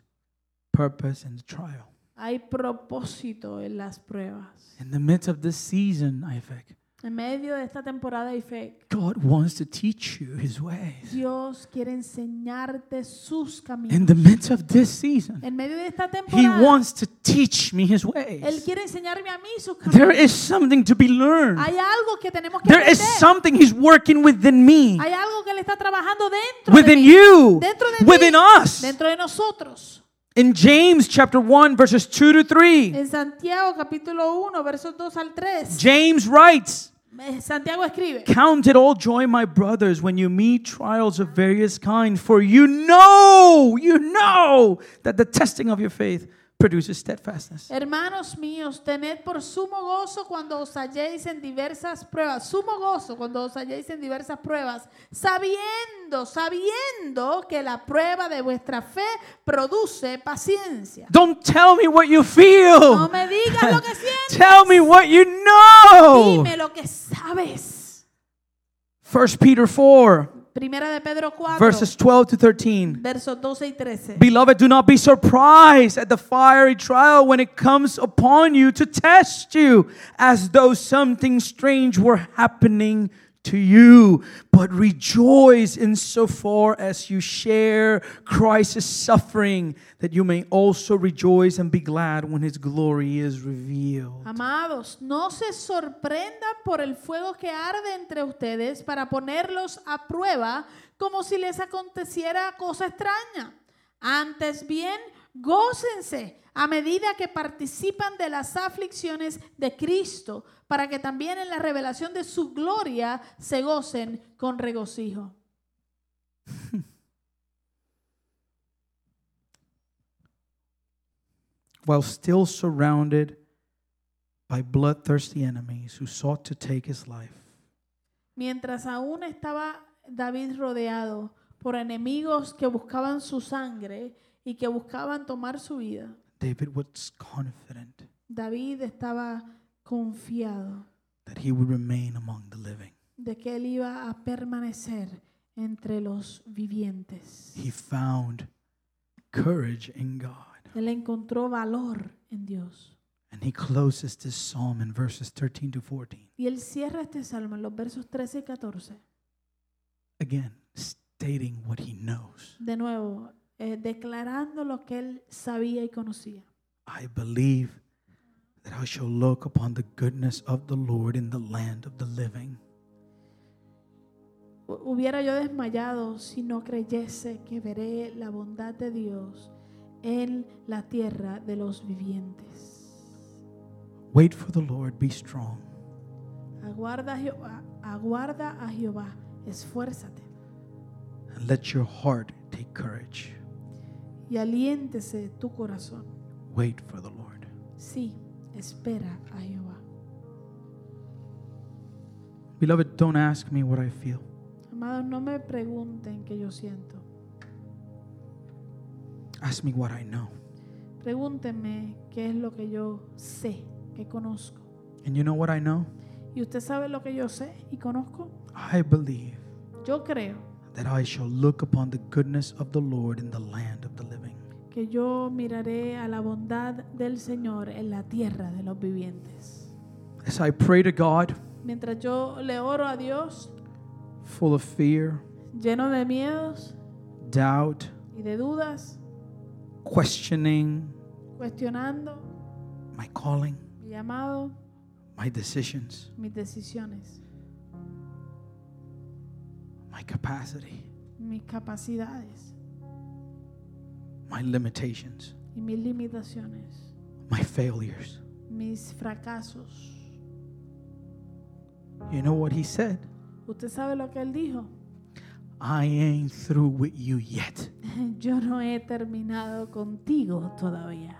purpose in the trial. Hay propósito en las pruebas. In the midst of this season, I think, En medio de esta temporada de fe, God wants to teach you his ways. Dios quiere enseñarte sus In caminos. the midst of this season, En medio de esta he temporada, wants to teach me his Él ways. quiere enseñarme a mí sus There caminos. is something to be learned. Hay algo que tenemos que There aprender. is something he's working within me, Hay algo que Él está trabajando dentro de within mí, you, dentro de ti, within us. dentro de nosotros. In James chapter 1 verses 2 to 3, En Santiago capítulo 1, versos 2 al 3, James writes, eh, Santiago escribe, Count it all joy, my brothers, when you meet trials of various kinds, for you know, you know that the testing of your faith produces steadfastness. hermanos míos, tened por sumo gozo cuando os halléis en diversas pruebas, sumo gozo cuando os halléis en diversas pruebas, sabiendo, sabiendo que la prueba de vuestra fe produce paciencia. Don't tell me what you feel. No me digas lo que sientes, Tell me what you know. dime lo que sabes. 1 Peter 4 Primera de Pedro 4, verses 12 to 13. versos 12 y 13. Beloved, do not be surprised at the fiery trial when it comes upon you to test you as though something strange were happening to you. But rejoice insofar as you share Christ's suffering, that you may also rejoice and be glad when his glory is revealed. Amados, no se sorprendan por el fuego que arde entre ustedes para ponerlos a prueba como si les aconteciera cosa extraña. Antes bien, gócense a medida que participan de las aflicciones de Cristo, para que también en la revelación de su gloria se gocen con regocijo. While still surrounded by bloodthirsty enemies who sought to take his life. Mientras aún estaba David rodeado por enemigos que buscaban su sangre y que buscaban tomar su vida, David was confident David estaba confiado that he would remain among the living. de que él iba a permanecer entre los vivientes. He found courage in God. Él encontró valor en Dios. And he closes this psalm in verses 13 to 14. Y él cierra este salmo en los versos 13 y 14. Again, stating what he knows. De nuevo, eh, declarando lo que él sabía y conocía. I believe that I shall look upon the goodness of the Lord in the land of the living. Hu- Hubiera yo desmayado si no creyese que veré la bondad de Dios en la tierra de los vivientes. Wait for the Lord, be strong. Aguarda a Jehová, aguarda a Jehová, esfuérzate And let your heart take courage. y aliéntese tu corazón. Wait for the Lord. Sí, espera a Jehová. Beloved, don't ask me what I feel. Amados, no me pregunten qué yo siento. Ask me what I know. Pregúntenme qué es lo que yo sé, que conozco. And you know what I know? ¿Y usted sabe lo que yo sé y conozco? I believe Yo creo that I shall look upon the goodness of the Lord in the land of the living. que yo miraré a la bondad del Señor en la tierra de los vivientes. As I pray to God, Mientras yo le oro a Dios, full of fear, lleno de miedos doubt, y de dudas, questioning cuestionando my calling, mi llamado, my decisions, mis decisiones, my capacity, mis capacidades my limitations, y mis limitaciones, my failures. mis fracasos. You know what he said? Usted sabe lo que él dijo. I ain't through with you yet. Yo no he terminado contigo todavía.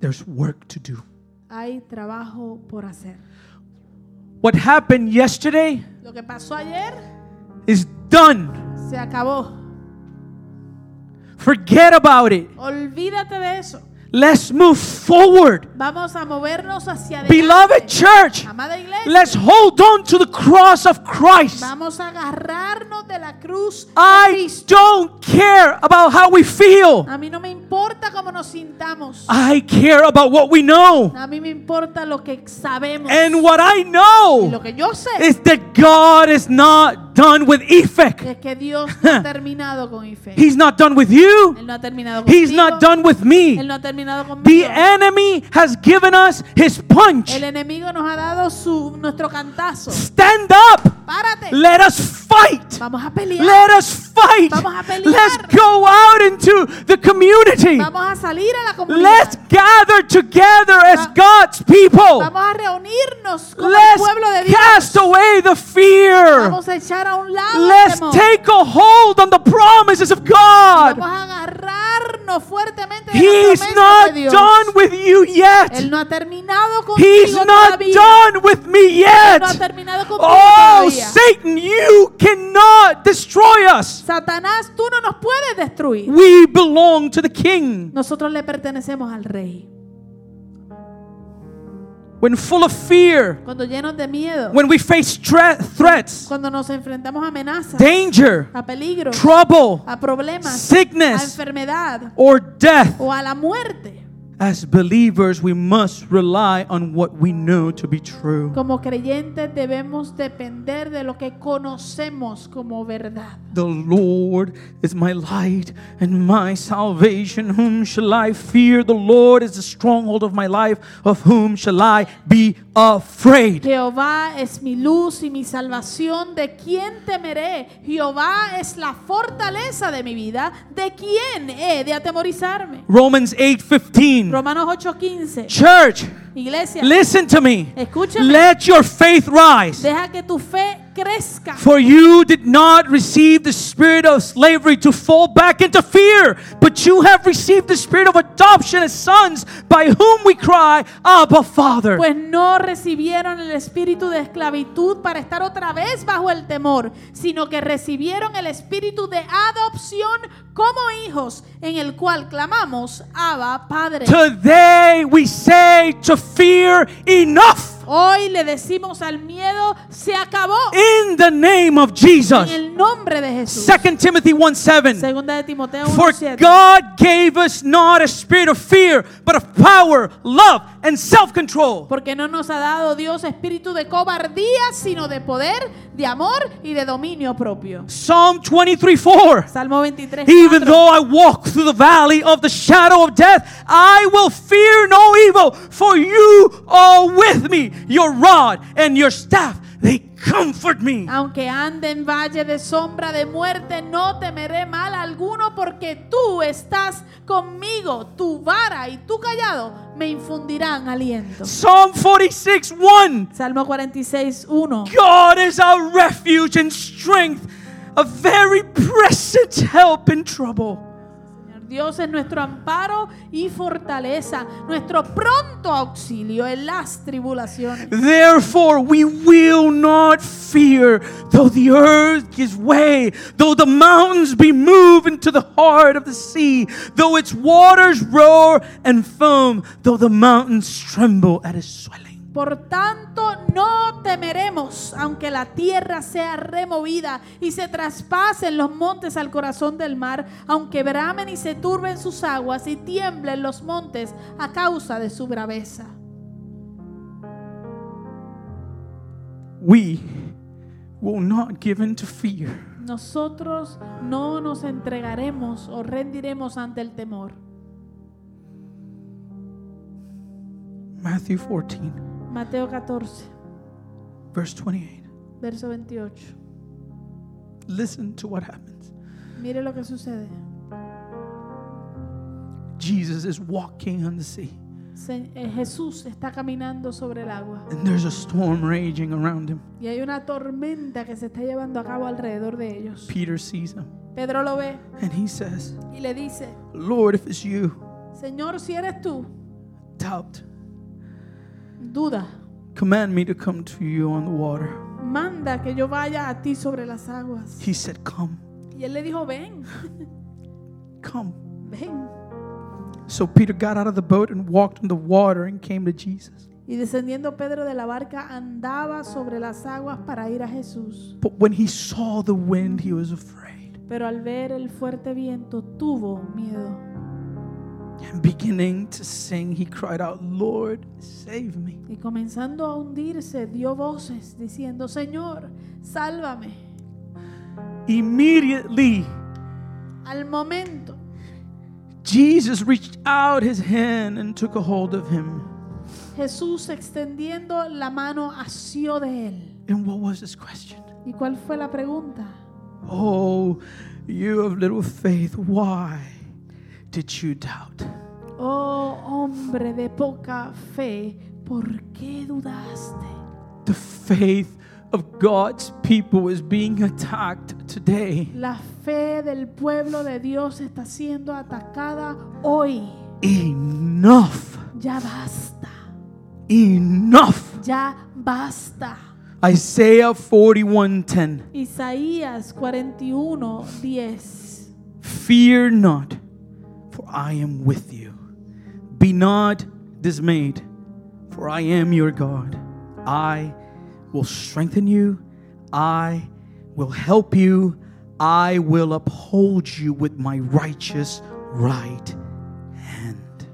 There's work to do. Hay trabajo por hacer. What happened yesterday Lo que pasó ayer is done. se acabó. Forget about it. Olvídate de eso. Let's move forward. Vamos a movernos hacia adelante. Beloved church, Amada iglesia, let's hold on to the cross of Christ. vamos a agarrarnos de la cruz. I don't care about how we feel. A mí no me importa cómo nos sintamos. I care about what we know. A mí me importa lo que sabemos. And what I y lo know que yo sé is that God is not done with Ephek. es que Dios no ha terminado con Ife. He's not done with you. Él no ha terminado contigo. He's not done with Él me. no ha terminado The conmigo. enemy has given us his punch. El enemigo nos ha dado su nuestro cantazo. Stand up. Párate. Let us fight. Vamos a pelear. Let us fight. Vamos a pelear. Let's go out into the community. Vamos a salir a la comunidad. Let's gather together as Va- God's people. Vamos a reunirnos como el pueblo de Let's Dios. cast away the fear. Vamos a echar a un lado el Let's temor. take a hold on the promises of Vamos God. a agarrarnos fuertemente de He's las promesas not de Dios. done with you Él yet. no ha terminado contigo He's not todavía. done with me Él no ha yet. terminado contigo Oh, todavía. Satan, you cannot destroy us. Satanás, tú no nos puedes destruir. We belong to the King. Nosotros le pertenecemos al Rey. When full of fear, Cuando llenos de miedo, when we face tre- threats, cuando nos enfrentamos a amenazas, danger, a peligro, trouble, a problemas, a sickness, enfermedad or death, o a la muerte, as believers, we must rely on what we know to be true. como creyentes debemos depender de lo que conocemos como verdad. The Lord is my light and my salvation. Whom shall I fear? The Lord is the stronghold of my life. Of whom shall I be afraid? Jehová es mi luz y mi salvación, ¿de quién temeré? Jehová es la fortaleza de mi vida, ¿de quién he de atemorizarme? Romans 8:15. Romanos 8:15, Church, iglesia, listen to me. escúchame, Let your faith rise. deja que tu fe crezca. For you did not receive the spirit of slavery to fall back into fear, but you have received the spirit of adoption as sons, by whom we cry, Abba, Father. Pues no recibieron el espíritu de esclavitud para estar otra vez bajo el temor, sino que recibieron el espíritu de adopción como hijos, en el cual clamamos, Abba, Padre. Today we say to fear enough Hoy le decimos al miedo, se acabó in the name of en Jesus. el nombre de Jesús. 2 Timothy 1 7. Segunda de Timoteo For 1:7. God gave us not a spirit of fear, but of power, love, and self control. Porque no nos ha dado Dios espíritu de cobardía, sino de poder, de amor y de dominio propio. Psalm 23 4. Salmo 23. Even 4. though I walk through the valley of the shadow of death, I will fear no evil, for you are with me. Your rod and your staff, they comfort me. Aunque ande en valle de sombra de muerte, no temeré mal alguno, porque tú estás conmigo, tu vara y tu callado me infundirán aliento. Psalm 46 1. Salmo 46, 1. God is our refuge and strength, a very present help in trouble. Señor, Dios es nuestro amparo y fortaleza, nuestro pronto auxilio en las tribulaciones. Therefore, we will not fear, though the earth gives way, though the mountains be moved into the heart of the sea, though its waters roar and foam, though the mountains tremble at its swelling. Por tanto, no temeremos, aunque la tierra sea removida y se traspasen los montes al corazón del mar, aunque bramen y se turben sus aguas y tiemblen los montes a causa de su braveza. We will not give in to fear, Nosotros no nos entregaremos o rendiremos ante el temor. Matthew 14, Mateo 14, verse 28. verso 28. Listen to what happens. Mire lo que sucede. Jesus is walking on the sea, Se- eh, Jesús está caminando sobre el agua and there's a storm raging around him. y hay una tormenta que se está llevando a cabo alrededor de ellos. Peter sees him, Pedro lo ve and he says, y le dice, Lord, if it's you, Señor, si eres tú, doubt. duda, Command me to come to you on the water. manda que yo vaya a ti sobre las aguas. He said, Come, Y él le dijo, ven, come. ven. So Peter got out of the boat and walked on the water and came to Jesus. Y descendiendo Pedro de la barca andaba sobre las aguas para ir a Jesús. But when he saw the wind, he was afraid. Pero al ver el fuerte viento tuvo miedo. And beginning to sing, he cried out, Lord, save me. Y comenzando a hundirse, dio voces diciendo, Señor, sálvame. Immediately, Al momento, Jesus reached out his hand and took a hold of him. Jesús extendiendo la mano asió de él. And what was his question? ¿Y cuál fue la pregunta? Oh, you of little faith, why did you doubt? Oh hombre de poca fe, ¿por qué dudaste? The faith of God's people is being attacked today. La fe del pueblo de Dios está siendo atacada hoy. Enough! Ya basta, Enough! ya basta. Isaiah 41:10. Isaías 41, 10. Fear not, for I am with you. Be not dismayed, for I am your God. I will strengthen you, I will help you, I will uphold you with my righteous right hand.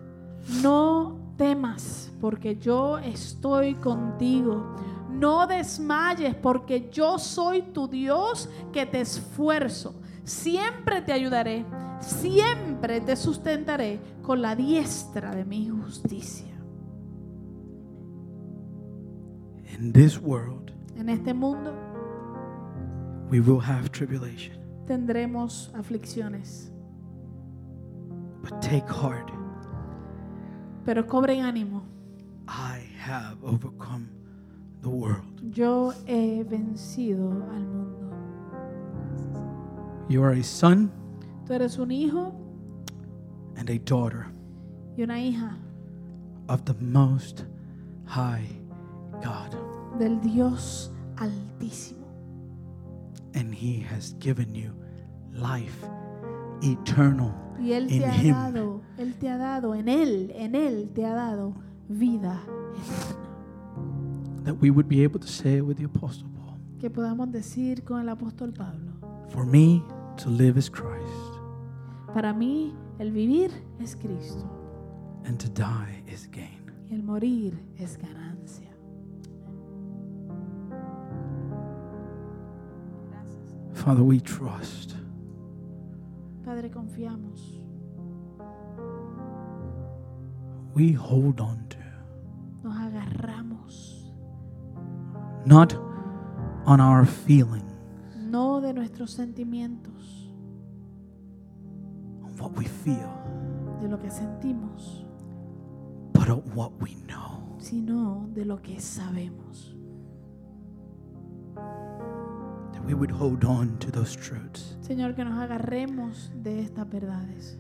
No temas, porque yo estoy contigo. No desmayes, porque yo soy tu Dios que te esfuerzo. Siempre te ayudaré, siempre te sustentaré con la diestra de mi justicia. In this world, En este mundo we will have tribulation, tendremos aflicciones, but take heart. pero cobren ánimo. I have overcome the world. Yo he vencido al mundo. You are a son Tú eres un hijo and a daughter y una hija of the Most High God, del Dios altísimo. and He has given you life eternal. Y él In te ha him. dado, él te ha dado en él, en él te ha dado vida eterna. That we would be able to say with the Apostle Paul Que podamos decir con el apóstol Pablo, For me to live is Christ, para mí el vivir es Cristo and to die is gain. y el morir es ganancia. Father, we trust Padre, confiamos, we hold on to, nos agarramos, not on our feeling, no de nuestros sentimientos, on what we feel, de lo que sentimos, but on what we know. sino de lo que sabemos. that we would hold on to those truths, Señor, que nos agarremos de estas verdades,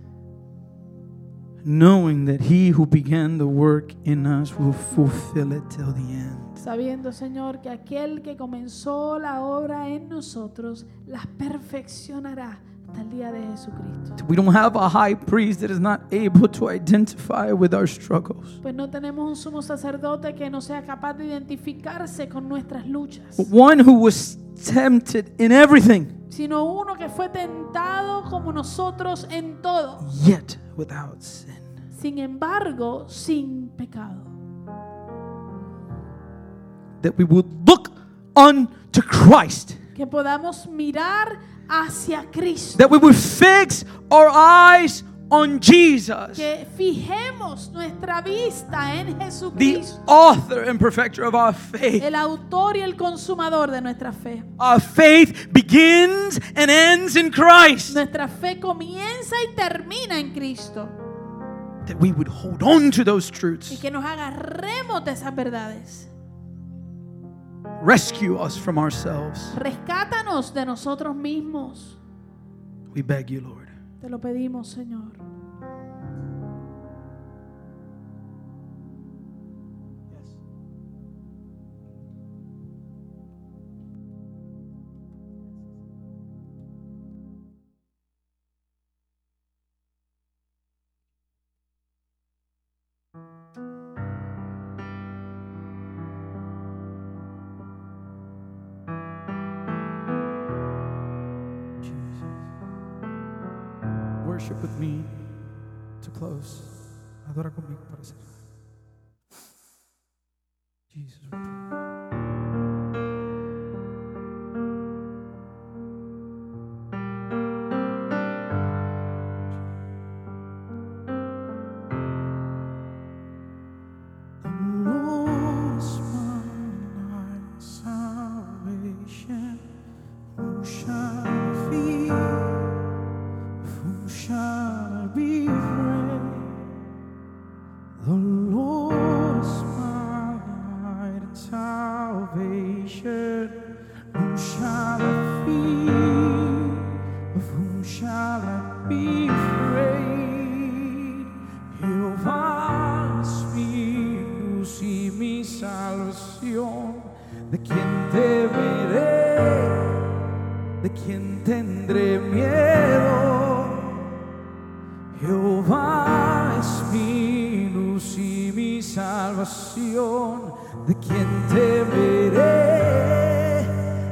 knowing that He who began the work in us will fulfill it till the end. sabiendo, Señor, que aquel que comenzó la obra en nosotros las perfeccionará hasta el día de Jesucristo. We don't have a high priest that is not able to identify with our struggles. Pues no tenemos un sumo sacerdote que no sea capaz de identificarse con nuestras luchas, But one who was tempted in everything, sino uno que fue tentado como nosotros en todo, yet without sin. sin embargo, sin pecado. That we will look on to Christ. Que podamos mirar hacia Cristo. That we would fix our eyes on Jesus, que fijemos nuestra vista en the Jesucristo, author and perfecter of our faith. el autor y el consumador de nuestra fe. Our faith begins and ends in Christ. Nuestra fe comienza y termina en Cristo. that we would hold on to those y truths. que nos agarremos de esas verdades. Rescue us from ourselves. Rescátanos de nosotros mismos. We beg you, Lord. Te lo pedimos, Señor. Worship with me to close. Adora conmigo para cerrar. Jesus. we pray. The Lord is my light, salvation. Who shall I fear? Who shall be afraid? The Lord is my light and salvation. Whom shall I fear? Of whom shall I be afraid? Jehová es mi luz y mi salvación. ¿De quién temeré? ¿De quién tendré miedo? Jehová es mi luz y mi salvación. ¿De quién temeré?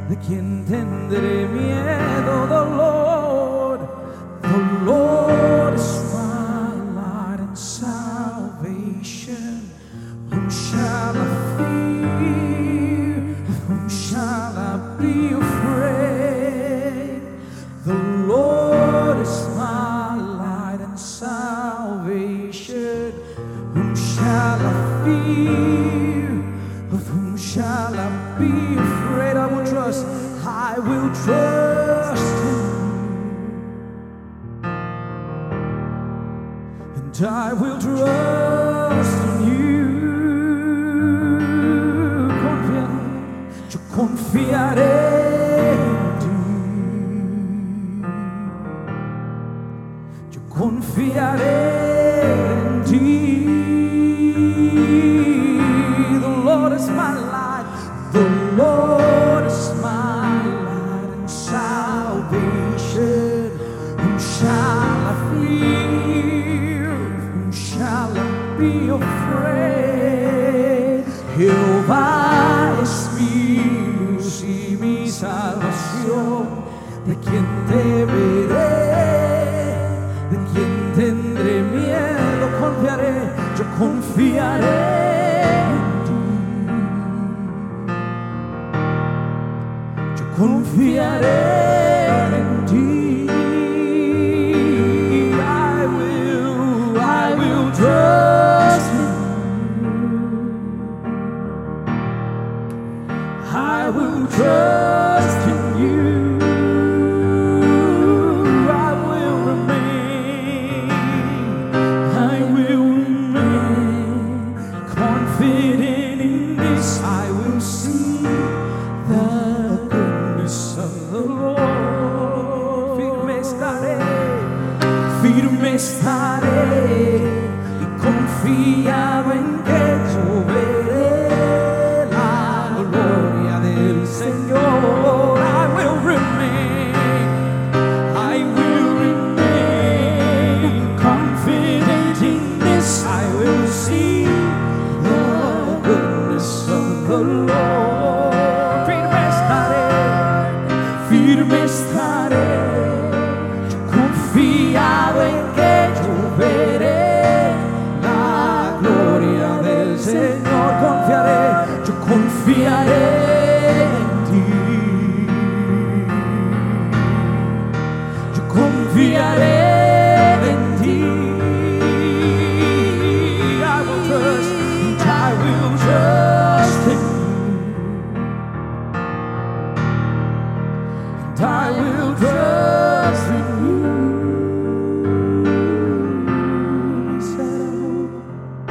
¿De quién tendré miedo? The Lord, the Lord is my light and salvation. Whom shall I fear? Whom shall I be afraid? The Lord is my light and salvation. Whom shall I fear? Of whom shall I be afraid? I will trust, I will trust in you. And I will trust in you. Confia- Yo confiaré en ti. Yo confiaré en ti. The Lord is my light. The Lord is my light and salvation. Whom shall I fear? Whom shall I be afraid? Jehová es mi luz y mi salvación. ¿De quién temeré? ¿De quién tendré miedo? Confiaré, yo confiaré en ti. Yo confiaré en ti. I will, I will trust in I will trust in you. I will remain. I will remain confident in this. I will see the goodness of the Lord. Firme estaré. Firme estaré y confiado en que yo veré la gloria del Señor. I will remain, I will remain confident in this. I will see the goodness of the Lord. Firme estaré, firme estaré confiado en que yo veré la gloria del Señor. Confiaré, yo confiaré en ti. Yo confiaré en ti. I will trust, I will trust in and I will trust in you. He said,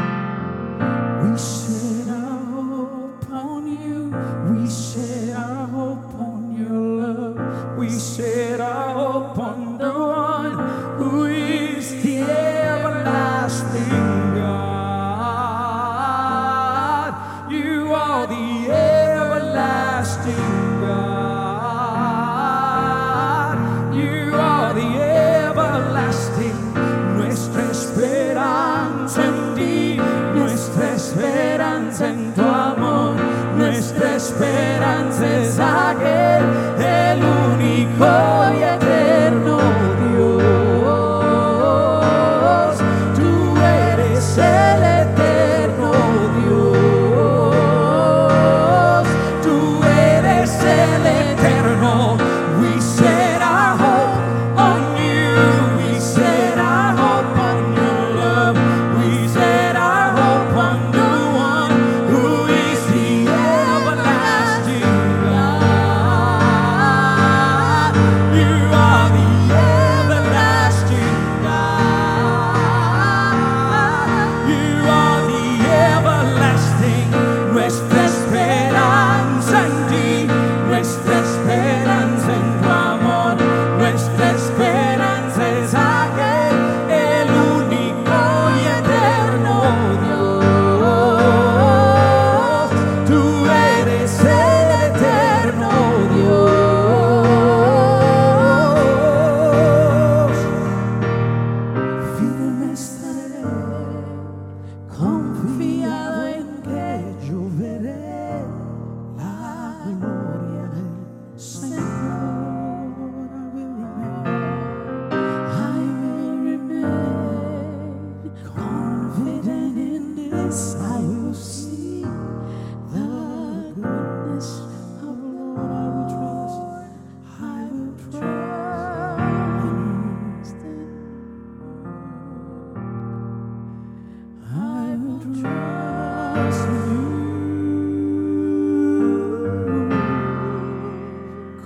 promise you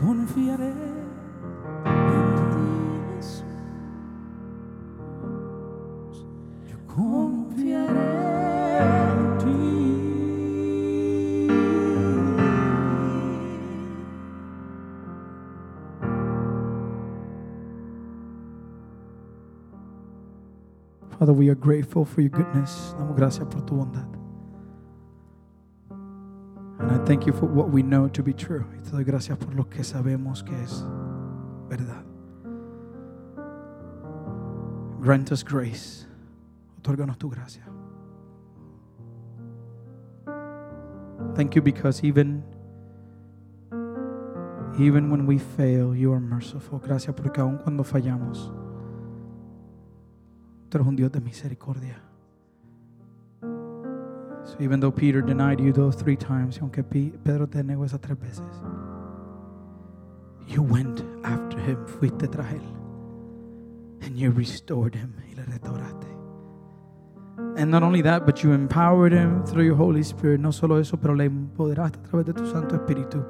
confiaré en ti, Jesús. Yo confiaré en ti. Father, we are grateful for your goodness. Damos gracias por tu bondad. And I thank you for what we know to be true. Y te doy gracias por lo que sabemos que es verdad. Grant us grace. Otórganos tu gracia. Thank you because even even when we fail, you are merciful. Gracias porque aun cuando fallamos, tú eres un Dios de misericordia. So even though Peter denied you those three times, y aunque Pi- Pedro te negó esas tres veces, you went after him, fuiste tras él, and you restored him, y le restauraste. And not only that, but you empowered him through your Holy Spirit. No solo eso, pero le empoderaste a través de tu Santo Espíritu.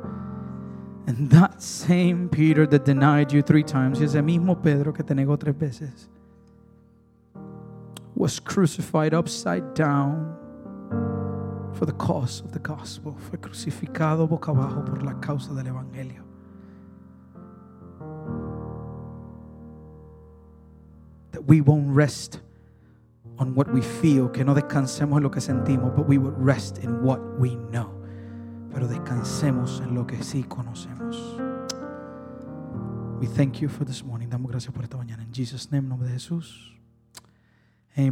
And that same Peter that denied you three times, y ese mismo Pedro que te negó tres veces, was crucified upside down for the cause of the gospel. Fue crucificado boca abajo por la causa del evangelio. That we won't rest on what we feel, que no descansemos en lo que sentimos, but we would rest in what we know. Pero descansemos en lo que sí conocemos. We thank you for this morning. Damos gracias por esta mañana. In Jesus' name, en nombre de Jesús. Amen.